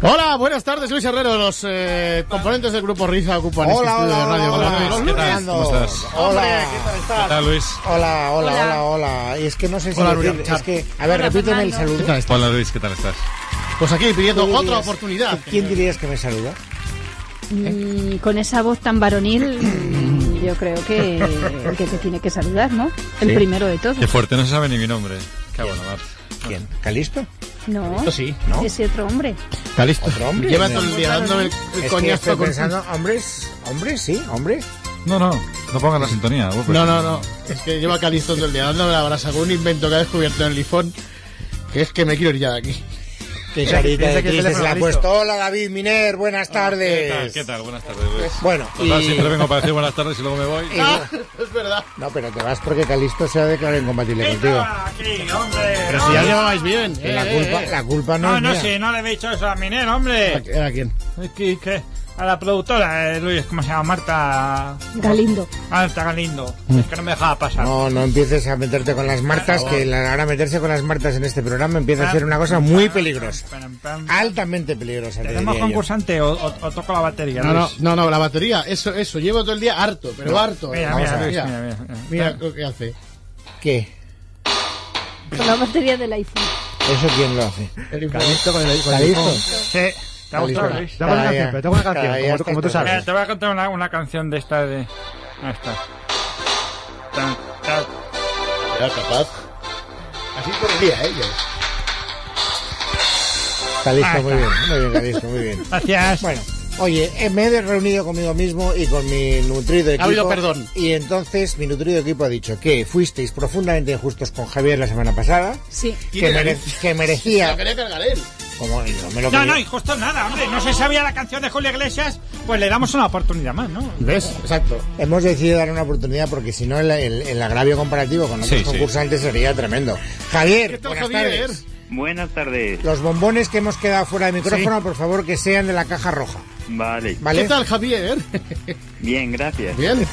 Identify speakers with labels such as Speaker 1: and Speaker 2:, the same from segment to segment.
Speaker 1: Hola, buenas tardes, Luis Herrero. Los eh, componentes del grupo Riza ocupan
Speaker 2: Hola,
Speaker 1: este estudio
Speaker 2: hola,
Speaker 1: de radio.
Speaker 2: hola,
Speaker 1: con
Speaker 2: hola,
Speaker 1: los
Speaker 2: ¿qué tal?
Speaker 1: lunes.
Speaker 2: ¿Cómo estás?
Speaker 1: Hombre,
Speaker 2: Hola.
Speaker 1: ¿qué tal
Speaker 3: ¿Qué
Speaker 1: estás?
Speaker 3: tal, Luis?
Speaker 2: Hola, hola,
Speaker 4: Hola.
Speaker 2: hola, hola. Y es que no sé si
Speaker 1: Hola,
Speaker 2: decir,
Speaker 1: Nuria.
Speaker 2: es que, a ver,
Speaker 4: Hola,
Speaker 2: repíteme el
Speaker 4: Fernando.
Speaker 1: ¿Qué
Speaker 2: saludo.
Speaker 1: tal estás?
Speaker 3: Hola, Luis, ¿qué tal estás?
Speaker 1: Pues aquí pidiendo
Speaker 2: ¿Tú
Speaker 1: otra
Speaker 2: dirías-
Speaker 1: oportunidad.
Speaker 2: ¿Quién dirías que me saluda?
Speaker 4: Mm, con esa voz tan varonil, mm, yo creo que el que te tiene que saludar, ¿no? El
Speaker 2: Sí.
Speaker 4: primero de todos.
Speaker 3: Qué fuerte, no se sabe ni mi nombre. Cago en la mar.
Speaker 2: ¿Quién? ¿Calisto?
Speaker 4: No,
Speaker 1: Esto sí,
Speaker 2: ¿no?
Speaker 4: ese otro hombre.
Speaker 1: Calisto.
Speaker 2: Otro hombre.
Speaker 1: Lleva todo el día dándome el, el
Speaker 2: Es que
Speaker 1: coñazo
Speaker 2: estoy
Speaker 1: con...
Speaker 2: pensando, hombres, hombres, sí, hombres.
Speaker 3: No, no, no pongas la sintonía. Wolper.
Speaker 1: No, no, no. Es que lleva Calisto todo el día dándome la brasa con un invento que ha descubierto en el iPhone. Que es que me quiero ir ya de aquí.
Speaker 2: Qué carita
Speaker 5: piensa
Speaker 2: de
Speaker 5: que el
Speaker 2: triste se la ha
Speaker 5: teléfono ha
Speaker 2: puesto. Hola, David Miner, buenas
Speaker 3: ¿Qué tal?
Speaker 2: tardes.
Speaker 3: ¿Qué tal? Buenas tardes, Luis.
Speaker 2: Bueno,
Speaker 5: Pues
Speaker 3: Total,
Speaker 2: y-
Speaker 3: siempre vengo para decir buenas tardes y luego me voy.
Speaker 2: y-
Speaker 1: Es verdad.
Speaker 2: No, pero te vas porque Calisto se ha declarado incompatible contigo.
Speaker 5: aquí, hombre!
Speaker 1: Pero si ya llevabais bien.
Speaker 2: Que
Speaker 1: eh,
Speaker 2: La
Speaker 1: eh,
Speaker 2: culpa,
Speaker 1: eh.
Speaker 2: la culpa no,
Speaker 5: No,
Speaker 2: es
Speaker 5: no
Speaker 2: mía.
Speaker 5: sé, no le he dicho eso a Miner, hombre.
Speaker 1: ¿A- ¿A quién?
Speaker 5: Aquí, que a la productora, eh, Luis, ¿cómo se llama? Marta.
Speaker 4: Galindo.
Speaker 5: Marta Galindo.
Speaker 3: Mm.
Speaker 5: Es que no me dejaba pasar.
Speaker 2: No, no empieces a meterte con las martas, que la- ahora meterse con las martas en este programa empieza a ser una cosa muy peligrosa.
Speaker 5: Pam, pam, pam.
Speaker 2: Altamente peligrosa. te
Speaker 5: ¿Tenemos
Speaker 2: diría yo.
Speaker 5: concursante o, o- o toco la batería?
Speaker 1: No, no,
Speaker 5: Luis?
Speaker 1: no, no, la batería, eso, eso, llevo todo el día harto, pero harto.
Speaker 5: Mira,
Speaker 1: Vamos
Speaker 5: mira,
Speaker 1: a ver,
Speaker 5: Luis,
Speaker 1: mira.
Speaker 5: mira, mira, mira.
Speaker 1: Mira lo que hace.
Speaker 2: ¿Qué?
Speaker 4: Con la batería del iPhone.
Speaker 2: ¿Eso quién lo hace?
Speaker 1: El
Speaker 5: Calisto
Speaker 1: con el
Speaker 2: ¿Está listo?
Speaker 5: Sí. ¿Te ha gustado,
Speaker 2: Calisto.
Speaker 5: Luis?
Speaker 2: Cada
Speaker 5: Mira,
Speaker 2: día-
Speaker 5: te voy a cantar
Speaker 2: cada día
Speaker 5: como tú- como tú
Speaker 2: estás
Speaker 5: sabes.
Speaker 2: peor.
Speaker 5: te voy a contar una, una canción de esta de... Ahí está. Tan, tan.
Speaker 1: Era capaz. Así por el
Speaker 2: ¿eh?
Speaker 1: día, ellos.
Speaker 2: Está listo,
Speaker 5: Ah,
Speaker 2: muy bien, muy bien, está listo, muy bien.
Speaker 5: Gracias.
Speaker 2: Bueno, oye, eh, me he reunido conmigo mismo y con mi nutrido equipo.
Speaker 1: habido perdón.
Speaker 2: Y entonces mi nutrido equipo ha dicho que fuisteis profundamente injustos con Javier la semana pasada,
Speaker 4: Sí.
Speaker 2: que, mere- que
Speaker 1: La
Speaker 2: merecía...
Speaker 1: quería cargar él.
Speaker 2: Como yo me lo
Speaker 5: No,
Speaker 2: quería-
Speaker 5: no, injusto nada, hombre. No se sabía la canción de Julio Iglesias, pues le damos una oportunidad más, ¿no?
Speaker 1: ¿Ves? Exacto.
Speaker 2: Hemos decidido dar una oportunidad porque si no el, el- el agravio comparativo con otros
Speaker 3: Sí, sí.
Speaker 2: concursantes sería tremendo.
Speaker 1: ¿Qué
Speaker 2: Javier,
Speaker 1: tal,
Speaker 2: buenas
Speaker 1: Javier?
Speaker 2: tardes.
Speaker 5: ¿eh?
Speaker 6: Buenas tardes.
Speaker 2: Los bombones que hemos quedado fuera de micrófono, por favor, que sean de la caja roja.
Speaker 6: Vale.
Speaker 2: ¿Vale?
Speaker 1: ¿Qué tal, Javier?
Speaker 6: Bien, gracias.
Speaker 1: Bien.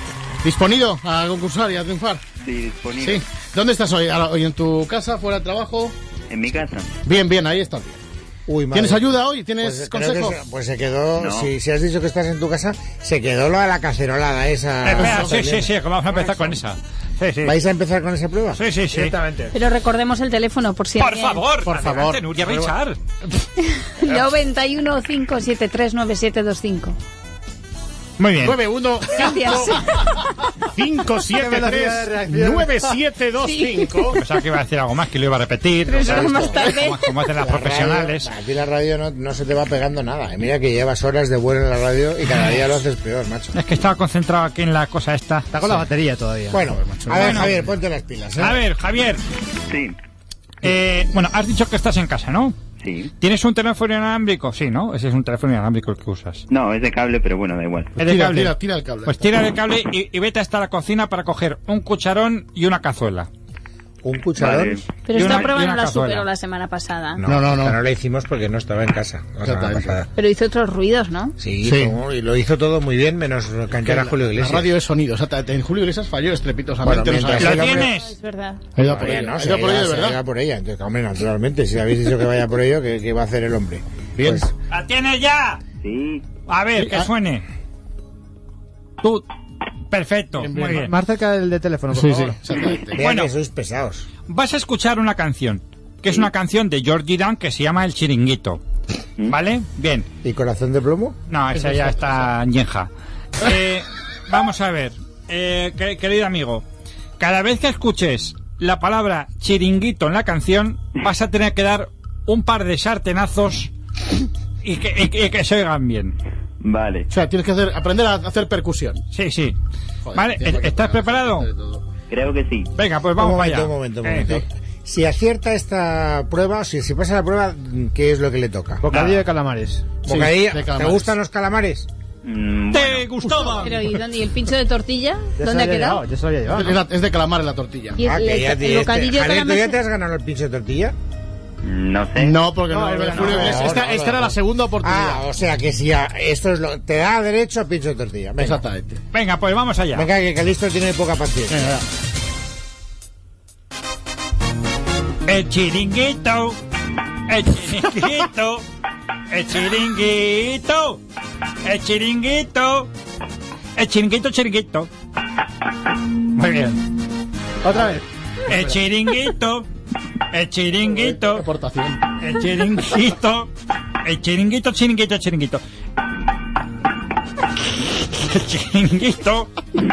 Speaker 1: ¿Disponido a concursar y a triunfar?
Speaker 6: Sí, disponible.
Speaker 1: Sí. ¿Dónde estás hoy? Ahora, ¿Hoy en tu casa, fuera de trabajo?
Speaker 6: En mi casa.
Speaker 1: Bien, bien, ahí está.
Speaker 2: Uy, madre.
Speaker 1: ¿Tienes ayuda hoy? ¿Tienes
Speaker 2: Pues creo
Speaker 1: consejo?
Speaker 2: que se- pues se quedó,
Speaker 6: No.
Speaker 2: si, si has dicho que estás en tu casa, se quedó lo de la cacerolada esa.
Speaker 5: Eh, Espera,
Speaker 2: Ah, Eso
Speaker 5: sí, sí,
Speaker 2: también.
Speaker 5: sí, que vamos a empezar con esa. Sí, sí.
Speaker 2: ¿Vais a empezar con esa prueba?
Speaker 5: Sí, sí, sí.
Speaker 4: Pero recordemos el teléfono por si
Speaker 5: Por
Speaker 4: alguien-
Speaker 5: favor,
Speaker 1: Por
Speaker 5: adelante,
Speaker 1: favor.
Speaker 5: Nuria Richard.
Speaker 4: 91 573 9725.
Speaker 5: Muy bien.
Speaker 1: 91
Speaker 4: Gracias.
Speaker 1: 573 9725
Speaker 5: Pensaba que iba a decir algo más, que lo iba a repetir.
Speaker 4: Tres
Speaker 5: o sea,
Speaker 4: horas
Speaker 5: esto,
Speaker 4: más tarde.
Speaker 5: Como, como hacen las
Speaker 2: La radio-
Speaker 5: profesionales.
Speaker 2: a ti la radio no, no se te va pegando nada. eh. Mira que llevas horas de vuelo en la radio y cada día lo haces peor, macho.
Speaker 5: Es que estaba concentrado aquí en la cosa esta.
Speaker 7: Está con la batería todavía.
Speaker 2: Bueno, a ver,
Speaker 5: Bueno.
Speaker 2: Javier, ponte las pilas. ¿eh?
Speaker 5: A ver, Javier.
Speaker 6: Sí,
Speaker 5: eh, bueno, has dicho que estás en casa, ¿no?
Speaker 6: sí.
Speaker 5: ¿Tienes un teléfono inalámbrico? Sí, ¿no? Ese es un teléfono inalámbrico el que usas.
Speaker 6: No, es de cable, pero bueno, da igual.
Speaker 5: Es de
Speaker 1: Pues Tira,
Speaker 5: cable.
Speaker 1: tira, tira el cable.
Speaker 5: Pues tira el cable y, y vete hasta la cocina para coger un cucharón y una cazuela.
Speaker 2: Un cucharón.
Speaker 6: Vale.
Speaker 4: Pero
Speaker 5: Y
Speaker 4: esta
Speaker 5: una- y
Speaker 4: prueba no
Speaker 5: una
Speaker 4: la
Speaker 5: cazuela.
Speaker 4: superó la semana pasada.
Speaker 1: No, no, no.
Speaker 2: esta la hicimos porque no estaba en casa. la semana
Speaker 1: Exactamente.
Speaker 2: pasada.
Speaker 4: Pero hizo otros ruidos, ¿no?
Speaker 2: Sí,
Speaker 1: Sí.
Speaker 2: como- y lo hizo todo muy bien, menos cantar a Julio Iglesias.
Speaker 1: La radio es sonido. O sea, te- en Julio Iglesias falló estrepitosamente.
Speaker 2: Bueno,
Speaker 1: no
Speaker 2: mientras
Speaker 1: sabes.
Speaker 5: ¿Lo
Speaker 2: el hombre-
Speaker 5: tienes?
Speaker 4: Ah, Es verdad.
Speaker 1: Ha ido a por
Speaker 2: Hombre,
Speaker 1: ello,
Speaker 2: no,
Speaker 1: ha
Speaker 2: se
Speaker 1: ido a por
Speaker 2: irá-
Speaker 1: ello, de
Speaker 2: se
Speaker 1: verdad.
Speaker 2: irá por ella. Entonces, hombre, naturalmente, si habéis dicho que vaya por ello, ¿qué, qué va a hacer el hombre?
Speaker 1: Bien.
Speaker 2: Pues,
Speaker 5: ¡La tienes ya!
Speaker 6: Sí,
Speaker 5: A ver,
Speaker 1: Sí,
Speaker 5: que
Speaker 1: ah.
Speaker 5: suene. Tú. Perfecto,
Speaker 1: Bien,
Speaker 5: muy
Speaker 1: bien.
Speaker 5: bien.
Speaker 7: Más cerca del de teléfono, por
Speaker 1: Sí, sí,
Speaker 7: favor.
Speaker 1: exactamente.
Speaker 2: vean
Speaker 5: Bueno.
Speaker 2: que sois pesados.
Speaker 5: Vas a escuchar una canción, que es una canción de Georgie Dan que se llama El Chiringuito.
Speaker 1: ¿Mm?
Speaker 5: ¿Vale? Bien.
Speaker 2: ¿Y corazón de plomo?
Speaker 5: No, esa ya está ñeja. Eh, vamos a ver, eh, que- querido amigo, cada vez que escuches la palabra chiringuito en la canción, vas a tener que dar un par de sartenazos y que, y que- y que se oigan bien.
Speaker 6: vale.
Speaker 1: O sea, tienes que hacer, aprender a hacer percusión.
Speaker 5: Sí, sí.
Speaker 1: Joder,
Speaker 5: ¿Vale?
Speaker 1: tío, porque-
Speaker 5: ¿Estás preparado?
Speaker 6: Creo que sí.
Speaker 5: Venga, pues
Speaker 2: un
Speaker 5: vamos para
Speaker 2: momento,
Speaker 5: allá.
Speaker 2: un momento, un
Speaker 5: Eh,
Speaker 2: momento. Si acierta esta prueba, o si, si pasa la prueba, ¿qué es lo que le toca?
Speaker 7: Bocadillo de calamares.
Speaker 2: Bocadilla,
Speaker 1: de
Speaker 2: ¿te
Speaker 1: calamares.
Speaker 2: gustan los calamares?
Speaker 6: Mm,
Speaker 5: ¿Te gustaba?
Speaker 4: Pero ¿y, dónde, ¿y el pincho de tortilla?
Speaker 7: Ya se lo
Speaker 4: ¿Dónde ha
Speaker 7: había
Speaker 4: quedado?
Speaker 7: llevado, Ya se lo había llevado.
Speaker 1: Es de- Es de calamar en la tortilla.
Speaker 4: ¿Y el,
Speaker 2: Ah, que
Speaker 4: el-
Speaker 2: ya
Speaker 4: el
Speaker 2: te- este-
Speaker 4: bocadillo de
Speaker 2: Javier, ¿tú ya
Speaker 4: calamares?
Speaker 2: te has ganado el pinche de tortilla?
Speaker 6: no sé.
Speaker 1: No, porque no,
Speaker 7: No, es
Speaker 1: era
Speaker 7: verdad.
Speaker 1: Julio
Speaker 7: No,
Speaker 1: Iglesias.
Speaker 2: no,
Speaker 1: esta
Speaker 2: no,
Speaker 1: esta
Speaker 2: no,
Speaker 1: era
Speaker 2: no.
Speaker 1: la segunda
Speaker 2: Ah,
Speaker 1: oportunidad.
Speaker 2: o sea que si a- esto es lo, te da derecho a pinche de tortilla. Venga,
Speaker 1: Exactamente.
Speaker 5: Venga, pues vamos allá.
Speaker 2: venga que Calisto tiene poca paciencia.
Speaker 5: Eh. El chiringuito, el chiringuito, El chiringuito. El chiringuito. El chiringuito, chiringuito. Muy bien.
Speaker 7: Otra vez.
Speaker 5: El chiringuito. El chiringuito.
Speaker 1: Aportación.
Speaker 5: El chiringuito. El chiringuito, chiringuito, chiringuito. El chiringuito. El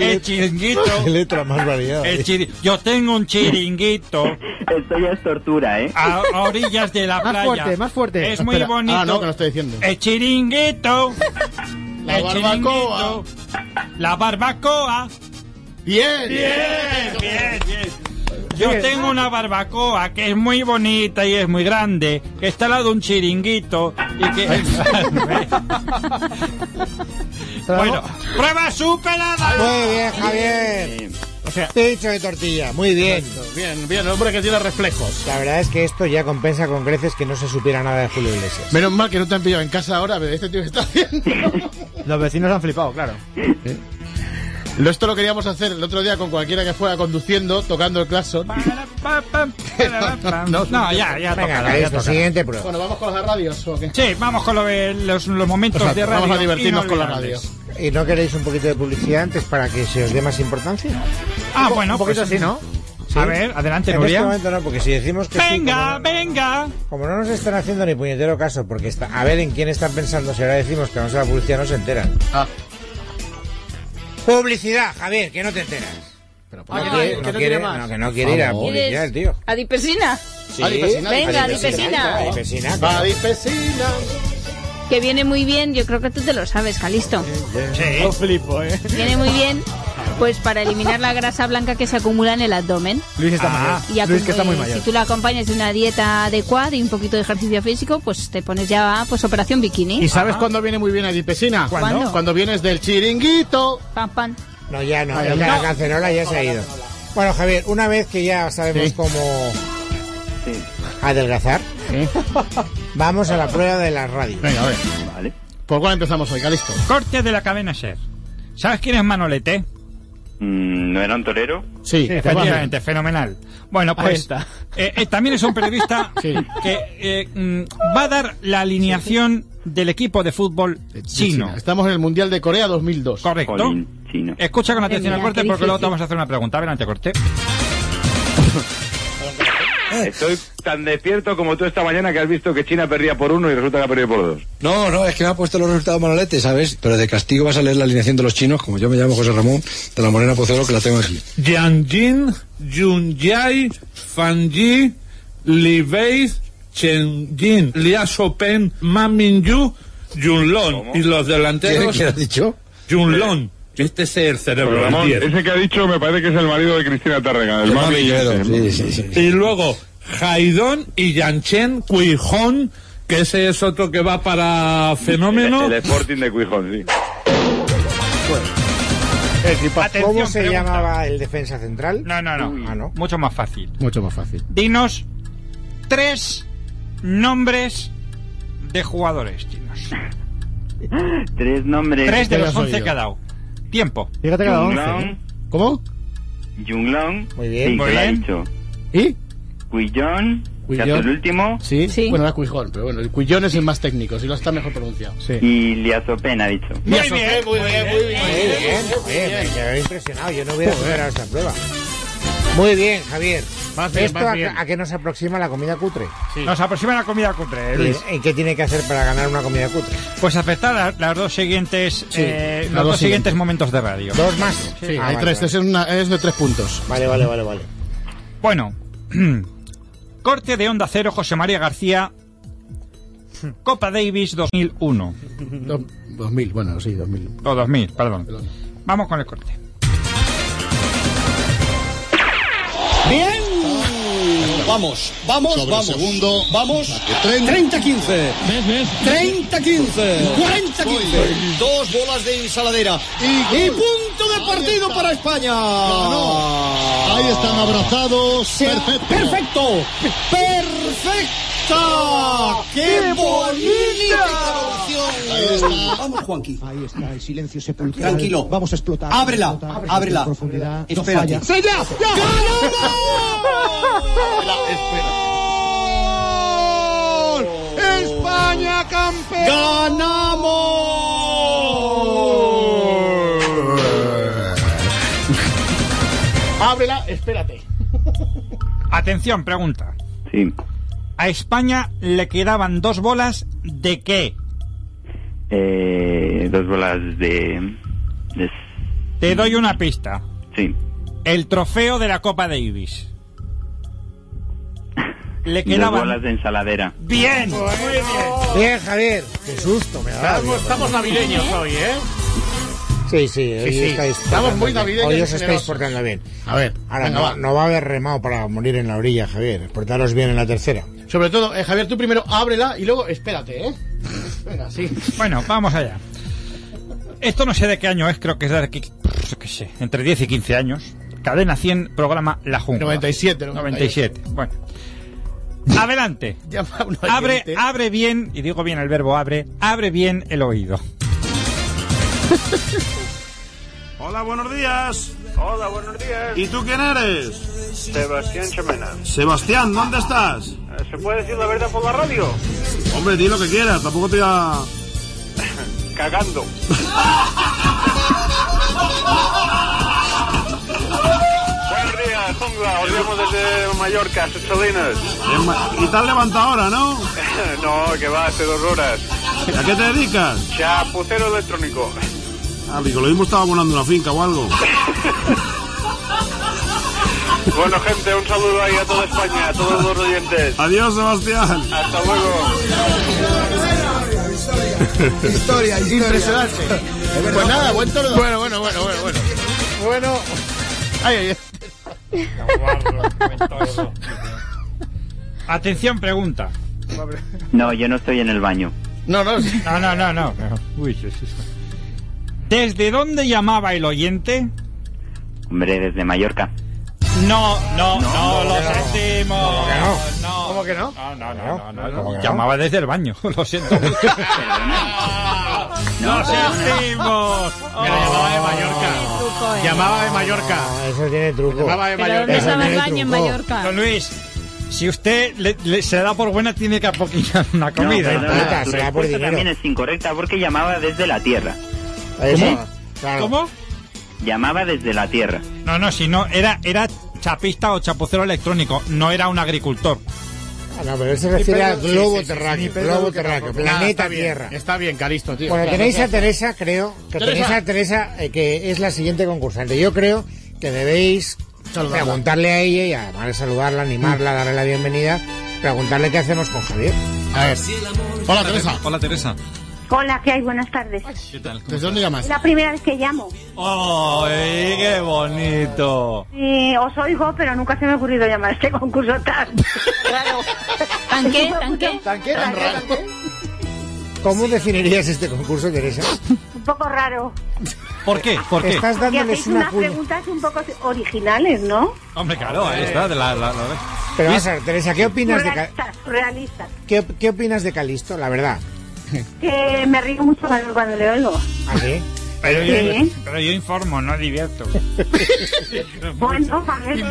Speaker 2: Qué
Speaker 5: chiringuito.
Speaker 2: letra más variada.
Speaker 5: El chiri- Yo tengo un chiringuito
Speaker 6: Esto ya es tortura, ¿eh?
Speaker 5: a orillas de la
Speaker 7: Más
Speaker 5: playa.
Speaker 7: fuerte, más fuerte.
Speaker 5: Es muy
Speaker 1: Espera.
Speaker 5: bonito. Eh,
Speaker 1: Ah, no, que lo estoy diciendo.
Speaker 5: El chiringuito.
Speaker 1: La
Speaker 5: el
Speaker 1: barbacoa.
Speaker 5: chiringuito, La barbacoa.
Speaker 1: Bien.
Speaker 5: Bien, bien, bien. Yo tengo una barbacoa que es muy bonita y es muy grande, que está al lado de un chiringuito y que... bueno, prueba superada.
Speaker 2: Muy bien, Javier.
Speaker 6: Eh,
Speaker 5: O sea,
Speaker 2: Pincho de tortilla, muy bien.
Speaker 1: Bien, bien, hombre que tiene reflejos.
Speaker 2: La verdad es que esto ya compensa con creces que no se supiera nada de Julio Iglesias.
Speaker 1: Menos mal que no te han pillado en casa ahora, pero este tío está haciendo.
Speaker 7: Los vecinos han flipado, claro.
Speaker 1: Lo- Esto lo queríamos hacer el otro día con cualquiera que fuera conduciendo, tocando el claxon.
Speaker 5: no, ya, Ah, ya
Speaker 2: Venga,
Speaker 5: toca, ya
Speaker 2: Calixto,
Speaker 5: toca.
Speaker 2: siguiente prueba.
Speaker 1: Bueno, vamos con las radios o qué?
Speaker 5: Sí, vamos con lo de los, los momentos
Speaker 1: Exacto,
Speaker 5: de radio.
Speaker 1: vamos a divertirnos con la radio.
Speaker 5: inolvidables.
Speaker 2: ¿Y no queréis un poquito de publicidad antes para que se os dé más importancia?
Speaker 5: Ah, bueno,
Speaker 7: Un poquito
Speaker 5: pues-
Speaker 7: así, ¿no?
Speaker 5: A ver, adelante,
Speaker 2: En este
Speaker 5: Nuria.
Speaker 2: momento no, porque si decimos que sí,
Speaker 5: Venga,
Speaker 2: como, no-
Speaker 5: venga.
Speaker 2: como no nos están haciendo ni puñetero caso, porque está, a ver en quién están pensando, si ahora decimos que vamos a la publicidad no se enteran.
Speaker 1: Ah,
Speaker 2: Publicidad, Javier, que no te enteras.
Speaker 1: pero
Speaker 2: No
Speaker 5: Ah,
Speaker 1: por
Speaker 2: quiere-
Speaker 1: favor.
Speaker 2: no quiere, no, que no quiere ir a
Speaker 1: Vamos.
Speaker 2: publicidad, el tío.
Speaker 4: Adipesina,
Speaker 2: Sí.
Speaker 1: Adipesina,
Speaker 4: Venga,
Speaker 2: Adipesina,
Speaker 4: Adipesina.
Speaker 2: Adipesina,
Speaker 1: Va,
Speaker 2: claro.
Speaker 1: dipesina.
Speaker 4: que viene muy bien, yo creo que tú te lo sabes, Calisto.
Speaker 5: Sí.
Speaker 7: flipo, eh.
Speaker 4: Viene muy bien, pues para eliminar la grasa blanca que se acumula en el abdomen.
Speaker 7: Luis está
Speaker 5: Ah,
Speaker 7: mayor. Luis que está muy
Speaker 4: eh,
Speaker 7: mayor.
Speaker 4: Si tú la acompañas de una dieta adecuada y un poquito de ejercicio físico, pues te pones ya pues operación
Speaker 1: ¿Y
Speaker 4: bikini.
Speaker 1: sabes cuándo viene muy bien Adipesina?
Speaker 4: ¿Cuándo?
Speaker 1: Cuando vienes del chiringuito.
Speaker 4: Pam, pam.
Speaker 2: No, ya no,
Speaker 1: Ay,
Speaker 2: ya
Speaker 1: no.
Speaker 2: la cancerola ya se ha ido. Bueno, Javier, una vez que ya sabemos
Speaker 1: Sí.
Speaker 2: cómo
Speaker 6: sí,
Speaker 2: adelgazar, vamos a la prueba de las radios.
Speaker 1: Venga, a ver.
Speaker 6: vale.
Speaker 1: ¿Por cuál empezamos hoy, Calisto?
Speaker 5: Corte de la cadena SER. ¿Sabes quién es Manolete?
Speaker 6: Mm, ¿No era un torero?
Speaker 1: Sí, te va bien.
Speaker 5: Efectivamente, fenomenal. Bueno,
Speaker 7: Ahí
Speaker 5: pues
Speaker 7: está.
Speaker 5: eh, eh, también es un periodista
Speaker 1: Sí.
Speaker 5: que eh, mm, va a dar la alineación del equipo de fútbol chino.
Speaker 1: Estamos en el Mundial de Corea 2002.
Speaker 5: Correcto.
Speaker 6: Colin, chino.
Speaker 5: Escucha con atención
Speaker 4: Eh,
Speaker 5: al
Speaker 4: mira,
Speaker 5: corte
Speaker 4: qué
Speaker 5: porque luego te
Speaker 4: difícil.
Speaker 5: vamos a hacer una pregunta. Adelante, corte.
Speaker 8: Estoy tan despierto como tú esta mañana que has visto que China perdía por uno y resulta que ha perdido por dos.
Speaker 9: No, no, es que me ha puesto los resultados Manolete, ¿sabes? Pero de castigo vas a leer la alineación de los chinos, como yo me llamo José Ramón, de la Morena Pocero, que la tengo aquí.
Speaker 10: Yanjin, Yunyai, Fanji, Libeis, Chenjin, Lia Sopen, Maminyu, Yunlon. Y los
Speaker 9: ¿Quién,
Speaker 10: delanteros,
Speaker 9: quién has dicho?
Speaker 10: Yunlon. Este es el cerebro. el
Speaker 8: Ramón,
Speaker 10: 10.
Speaker 8: ese que ha dicho me parece que es el marido de Cristina Tárrega, el mami. y
Speaker 9: Mami
Speaker 8: ese.
Speaker 9: Lledo, Sí, sí, sí.
Speaker 10: Y luego, Jaidón y Yanchen, Cuijón, que ese es otro que va para Fenómeno.
Speaker 8: El, el Sporting de Cuijón, sí.
Speaker 2: ¿Cómo
Speaker 5: Atención,
Speaker 2: se
Speaker 5: pregunta.
Speaker 2: llamaba el defensa central?
Speaker 5: No, no, no.
Speaker 2: Ah, no.
Speaker 5: Mucho más fácil.
Speaker 1: Mucho más fácil.
Speaker 5: Dinos tres nombres de jugadores chinos.
Speaker 6: Tres nombres.
Speaker 5: Tres de
Speaker 1: ya
Speaker 5: los
Speaker 1: lo has
Speaker 5: once
Speaker 1: oído.
Speaker 5: que ha dado. Tiempo.
Speaker 7: Fíjate que ha dado 11. ¿eh?
Speaker 6: Junglong,
Speaker 1: ¿Cómo?
Speaker 6: Junglong.
Speaker 2: Muy bien.
Speaker 6: Sí,
Speaker 5: Muy
Speaker 6: que lo ha
Speaker 5: bien.
Speaker 6: dicho.
Speaker 1: ¿Y?
Speaker 6: Cuyón, que
Speaker 1: Cuyón.
Speaker 6: hace el último.
Speaker 1: Sí.
Speaker 4: Sí.
Speaker 1: Bueno, era Cuijón, pero bueno, el Cuijón es el más técnico, si lo está mejor pronunciado. eh,
Speaker 7: Sí.
Speaker 6: Y Liazopen ha dicho.
Speaker 5: Muy bien.
Speaker 1: muy bien, muy
Speaker 2: Muy bien, muy bien, me quedé impresionado. Yo no hubiera superado esta prueba. Muy bien, Javier.
Speaker 1: Vas bien,
Speaker 2: ¿Esto
Speaker 1: vas
Speaker 2: a,
Speaker 1: bien.
Speaker 2: a qué nos aproxima la comida cutre?
Speaker 5: Nos aproxima la comida cutre, eh, Luis.
Speaker 2: ¿Y qué tiene que hacer para ganar una comida cutre?
Speaker 5: Pues aceptar la- las dos siguientes, eh,
Speaker 1: las
Speaker 5: los
Speaker 1: dos
Speaker 5: dos
Speaker 1: siguientes.
Speaker 5: siguientes momentos de radio.
Speaker 2: ¿Dos más?
Speaker 1: Sí,
Speaker 2: Ah,
Speaker 1: hay
Speaker 2: vale,
Speaker 1: tres,
Speaker 2: vale.
Speaker 1: es, una- es de tres puntos.
Speaker 2: Vale, vale, vale, vale.
Speaker 5: Bueno, corte de Onda Cero, José María García, Copa Davis 2001,
Speaker 1: Do- 2000, bueno, sí, 2000.
Speaker 5: o 2000, perdón.
Speaker 1: Perdón.
Speaker 5: Vamos con el corte.
Speaker 9: Vamos, vamos,
Speaker 1: Sobre el
Speaker 9: vamos.
Speaker 1: segundo.
Speaker 9: Vamos. 30-15. 30-15. 40-15. Dos bolas de ensaladera. Y, punto de partido para España.
Speaker 1: Ahí están abrazados.
Speaker 9: Se ha- perfecto. Perfecta. Qué bonita canción. Vamos, Juanqui.
Speaker 11: Ahí está, el silencio sepulcral.
Speaker 9: Tranquilo.
Speaker 11: Vamos a explotar.
Speaker 9: Ábrela, ábrela.
Speaker 11: en profundidad. No
Speaker 9: Espérate.
Speaker 11: falla.
Speaker 9: ¡Ganamos!
Speaker 1: ¡España! ¡Ganamos! Ábrela, espérate.
Speaker 5: Atención, pregunta.
Speaker 6: Sí.
Speaker 5: A España le quedaban dos bolas de qué?
Speaker 6: Eh, dos bolas de... de-
Speaker 5: Te doy una pista.
Speaker 6: Sí.
Speaker 5: El trofeo de la Copa Davis. Le
Speaker 6: Dos
Speaker 5: quedaban
Speaker 6: bolas de ensaladera.
Speaker 5: Bien, muy bien.
Speaker 2: Bien, Javier. Qué susto me ha dado.
Speaker 12: Estamos, estamos navideños hoy, ¿eh?
Speaker 2: Sí, sí, hoy
Speaker 12: Sí, sí.
Speaker 2: estáis
Speaker 12: Estamos
Speaker 2: portando
Speaker 12: muy
Speaker 2: bien.
Speaker 12: navideños
Speaker 2: Hoy
Speaker 12: y
Speaker 2: os estáis
Speaker 12: generosos.
Speaker 2: portando bien.
Speaker 1: A ver,
Speaker 2: Ahora,
Speaker 1: venga,
Speaker 2: no,
Speaker 1: va.
Speaker 2: no va a haber remado para morir en la orilla, Javier. Portaros bien en la tercera.
Speaker 1: Sobre todo, eh, Javier, tú primero ábrela y luego espérate, ¿eh? Venga, sí.
Speaker 5: Bueno, vamos allá. Esto no sé de qué año es, creo que es de aquí, pff, yo qué sé, entre 10 y 15 años. Cadena 100, programa La Jungla.
Speaker 1: 97,
Speaker 5: 97. Bueno. Adelante. Abre, abre bien, y digo bien el verbo abre, abre bien el oído.
Speaker 12: Hola, buenos días. Hola, buenos días.
Speaker 13: ¿Y tú quién eres? Sebastián Chemena.
Speaker 12: Sebastián,
Speaker 13: ¿dónde estás?
Speaker 12: ¿Se puede decir la verdad por la radio?
Speaker 13: Hombre, di lo que quieras, tampoco te voy a...
Speaker 12: Cagando. Buenos días, jungla. Os vemos desde Mallorca, Secholinas.
Speaker 13: Y te has levantado ahora, ¿no?
Speaker 12: no, que va, hace dos horas.
Speaker 13: ¿A qué te dedicas?
Speaker 12: Chapucero electrónico.
Speaker 13: Ah, digo, lo mismo estaba volando una finca o algo.
Speaker 12: Bueno, gente, un saludo ahí a toda España, a todos los oyentes.
Speaker 13: Adiós, Sebastián.
Speaker 12: Hasta luego.
Speaker 1: historia, Impresionante. Pues nada, buen tordo. Bueno, bueno, bueno, bueno, bueno. Bueno. Ay, ay, ay.
Speaker 5: Atención, pregunta.
Speaker 6: No, yo no estoy en el baño.
Speaker 1: No, no,
Speaker 5: no, no, no. Uy, sí, sí, sí. ¿Desde dónde llamaba el oyente?
Speaker 6: Hombre, desde Mallorca.
Speaker 5: No, no, no, lo sentimos. No.
Speaker 1: ¿Cómo que no?
Speaker 5: No, no, no, no, no.
Speaker 6: que no?
Speaker 5: Llamaba desde el baño, lo siento.
Speaker 12: No,
Speaker 5: lo sentimos.
Speaker 12: llamaba de Mallorca. Llamaba de Mallorca.
Speaker 2: Ah, eso tiene truco.
Speaker 12: Llamaba de Pero Mallorca. ¿dónde
Speaker 2: Eso
Speaker 12: estaba el
Speaker 2: tiene
Speaker 12: baño en
Speaker 2: truco.
Speaker 12: Mallorca?
Speaker 5: Don Luis, si usted le, le- se da por buena, tiene que apoquillar una
Speaker 6: No,
Speaker 5: comida.
Speaker 6: perdona, tu respuesta también es incorrecta porque llamaba desde la tierra.
Speaker 5: ¿Cómo? ¿Cómo?
Speaker 6: Llamaba desde la tierra.
Speaker 5: No, no, si no, era, era chapista o chapucero electrónico, no era un agricultor.
Speaker 2: Ah, no, pero él se refiere
Speaker 1: Ni
Speaker 2: al
Speaker 1: Pedro-
Speaker 2: globo
Speaker 1: sí, sí, sí,
Speaker 2: terráqueo.
Speaker 1: ni Pedro
Speaker 2: globo
Speaker 1: que
Speaker 2: terráqueo,
Speaker 1: tampoco. Nada,
Speaker 2: planeta
Speaker 1: está bien,
Speaker 2: Tierra.
Speaker 1: Está bien, Calisto, tío.
Speaker 2: Bueno,
Speaker 1: Claro,
Speaker 2: tenéis a
Speaker 1: claro.
Speaker 2: Teresa, creo, que
Speaker 1: Teresa.
Speaker 2: tenéis a Teresa, eh, que es la siguiente concursante. Yo creo que debéis preguntarle a ella y además saludarla, animarla,
Speaker 1: Mm.
Speaker 2: darle la bienvenida, preguntarle qué hacemos con Javier.
Speaker 1: A ver. Hola, Teresa.
Speaker 3: Hola, Teresa.
Speaker 14: Hola, ¿qué hay? Buenas tardes.
Speaker 3: ¿Qué tal? ¿Cómo
Speaker 1: ¿Desde dónde
Speaker 14: Es
Speaker 1: llamas?
Speaker 14: la primera vez que llamo.
Speaker 3: ¡Ay, qué bonito!
Speaker 14: Sí, os oigo, pero nunca se me ha ocurrido llamar a este concurso tan... Claro. ¿Tan qué? ¿Tan qué?
Speaker 1: tan qué?
Speaker 2: ¿Cómo definirías este concurso, Teresa?
Speaker 14: Un poco raro.
Speaker 5: ¿Por qué? ¿Por qué?
Speaker 2: Estás
Speaker 14: Que
Speaker 2: dándoles
Speaker 14: hacéis
Speaker 2: una
Speaker 14: unas
Speaker 2: puña-
Speaker 14: preguntas un poco originales, ¿no?
Speaker 5: Hombre, claro, ahí está. de La, la, la-
Speaker 2: Pero vamos a ver, Teresa, ¿qué opinas de, Ca-
Speaker 14: Realistas, realistas.
Speaker 2: qué, qué opinas de Calisto, la verdad?
Speaker 14: Que me río mucho cuando, cuando le oigo.
Speaker 2: ¿Ah, sí?
Speaker 5: Pero yo,
Speaker 14: Sí.
Speaker 5: pero yo informo, no divierto.
Speaker 14: Bueno, a ver.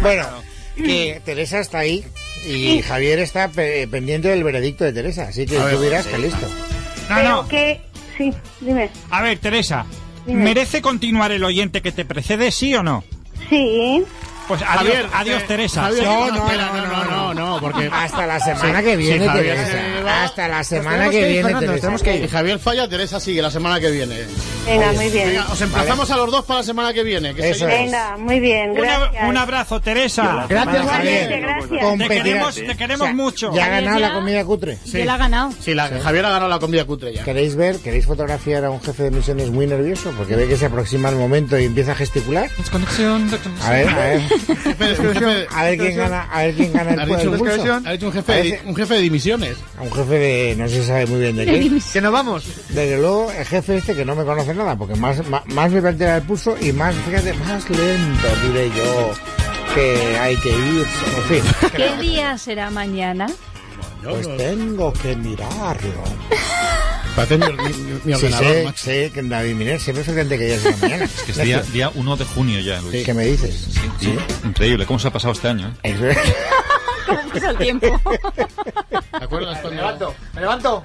Speaker 2: Bueno, que Teresa está ahí y Javier está pe- pendiente del veredicto de Teresa, así que
Speaker 5: A ver,
Speaker 2: tú dirás
Speaker 5: sí.
Speaker 2: que listo.
Speaker 5: No, no.
Speaker 14: que... Sí, dime.
Speaker 5: A ver, Teresa,
Speaker 14: Dime.
Speaker 5: ¿merece continuar el oyente que te precede, sí o no?
Speaker 14: Sí.
Speaker 5: Pues adiós,
Speaker 1: Javier,
Speaker 5: adiós
Speaker 1: eh,
Speaker 5: Teresa.
Speaker 1: Javier,
Speaker 5: Sí.
Speaker 1: no, no, espera, no, no, no, no, porque
Speaker 2: Hasta la semana que viene,
Speaker 1: Javier,
Speaker 2: Teresa.
Speaker 1: eh, va.
Speaker 2: Hasta la
Speaker 1: Nos
Speaker 2: semana
Speaker 1: tenemos
Speaker 2: que
Speaker 1: ir,
Speaker 2: viene,
Speaker 1: Fernando, nos
Speaker 2: Teresa.
Speaker 1: tenemos que ir. Si Javier falla, Teresa sigue la semana que viene.
Speaker 14: Venga, muy bien.
Speaker 1: Venga, os emplazamos a los dos para la semana que viene. Que se lleve.
Speaker 14: Venga, muy bien,
Speaker 5: Un ab-
Speaker 14: gracias.
Speaker 5: un abrazo, Teresa.
Speaker 1: Gracias, Javier.
Speaker 14: gracias.
Speaker 5: Te queremos, te queremos
Speaker 2: O sea,
Speaker 5: mucho.
Speaker 2: Ya ha ganado la comida cutre.
Speaker 1: Sí. Sí, la- Javier ha ganado la comida cutre ya.
Speaker 2: ¿Queréis ver, queréis fotografiar a un jefe de misiones muy nervioso porque ve que se aproxima el momento y empieza a gesticular?
Speaker 3: Desconexión,
Speaker 2: A ver, a ver. A ver quién
Speaker 1: Desconexión.
Speaker 2: gana, a ver quién gana el,
Speaker 1: Ha
Speaker 2: el
Speaker 1: dicho,
Speaker 2: pulso.
Speaker 1: ha dicho un, jefe de,
Speaker 2: Parece-
Speaker 1: un jefe de dimisiones.
Speaker 2: A un jefe de no se sabe muy bien de qué.
Speaker 1: Que nos vamos.
Speaker 2: Desde luego, el jefe este que no me conoce nada, porque más, más, más me plantea el pulso y más, fíjate, más lento diré yo que hay que ir. En fin,
Speaker 4: ¿Qué día será mañana?
Speaker 2: pues tengo que mirarlo.
Speaker 1: Parece mi,
Speaker 3: ordenador,
Speaker 2: sé,
Speaker 3: macho.
Speaker 2: sé que David Miner siempre se gente que ya es de la mañana.
Speaker 3: Es que es día, día 1 de junio ya, Luis.
Speaker 2: ¿Qué me dices?
Speaker 3: Sí. Increíble, ¿cómo se ha pasado este año?
Speaker 2: eh?
Speaker 4: cómo pasa el tiempo.
Speaker 1: ¿Te acuerdas cuando-
Speaker 7: Me levanto.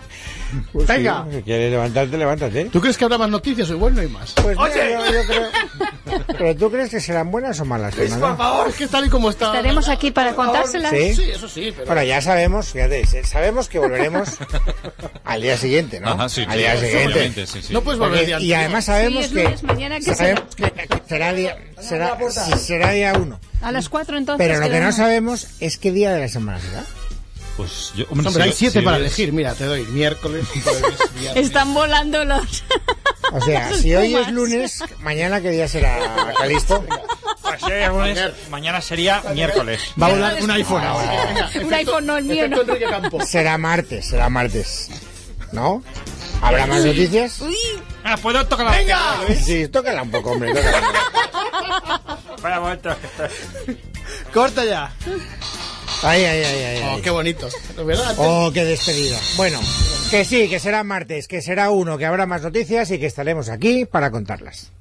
Speaker 1: Venga.
Speaker 2: Pues Si quieres levantarte, levántate.
Speaker 1: ¿Tú crees que habrá más noticias o igual no hay más?
Speaker 2: Pues Oye. yo- yo creo- ¿Pero tú crees que serán buenas o malas? Fernando?
Speaker 1: favor, es que tal y como está.
Speaker 4: Estaremos aquí para contárselas.
Speaker 2: ¿Sí?
Speaker 1: eso sí, pero.
Speaker 2: Bueno, ya sabemos, fíjate, se- sabemos que volveremos al día siguiente, ¿no?
Speaker 1: Ajá, sí,
Speaker 2: al
Speaker 1: sí,
Speaker 2: día
Speaker 1: sí,
Speaker 2: siguiente.
Speaker 1: obviamente, sí, sí. No puedes volver
Speaker 2: Porque-
Speaker 1: día
Speaker 2: Y
Speaker 1: anterior.
Speaker 2: además sabemos
Speaker 4: Sí, es
Speaker 2: que
Speaker 4: lunes, mañana que
Speaker 2: sabemos que será día, será, será día uno.
Speaker 4: A las 4 entonces.
Speaker 2: Pero lo que no
Speaker 4: quedamos.
Speaker 2: sabemos es qué día de la semana será.
Speaker 3: Pues yo,
Speaker 1: Hombre,
Speaker 2: si
Speaker 1: hay
Speaker 2: lo-
Speaker 1: siete
Speaker 2: si
Speaker 1: para
Speaker 2: lo-
Speaker 1: elegir. Mira, te doy miércoles, jueves, viernes.
Speaker 4: Están volando los.
Speaker 2: O sea,
Speaker 4: Los
Speaker 2: si hoy es
Speaker 4: Pumas.
Speaker 2: lunes, mañana qué día será, Calisto.
Speaker 5: Pues si hoy es lunes, mañana sería miércoles.
Speaker 2: Va a volar un iPhone ahora.
Speaker 4: Un iPhone no el mío. ¿no?
Speaker 2: Será martes, será martes. ¿No? ¿Habrá más noticias?
Speaker 4: Uy,
Speaker 5: Ah, puedo tocar la
Speaker 2: Sí, tócala un poco, hombre. tócala.
Speaker 5: Espera un momento.
Speaker 7: Corta ya.
Speaker 2: Ay, ay, ay, ay.
Speaker 1: Oh,
Speaker 2: ay.
Speaker 1: qué bonito. ¿Verdad?
Speaker 2: Oh, qué despedida. Bueno, que sí, que será martes, que será uno, que habrá más noticias y que estaremos aquí para contarlas.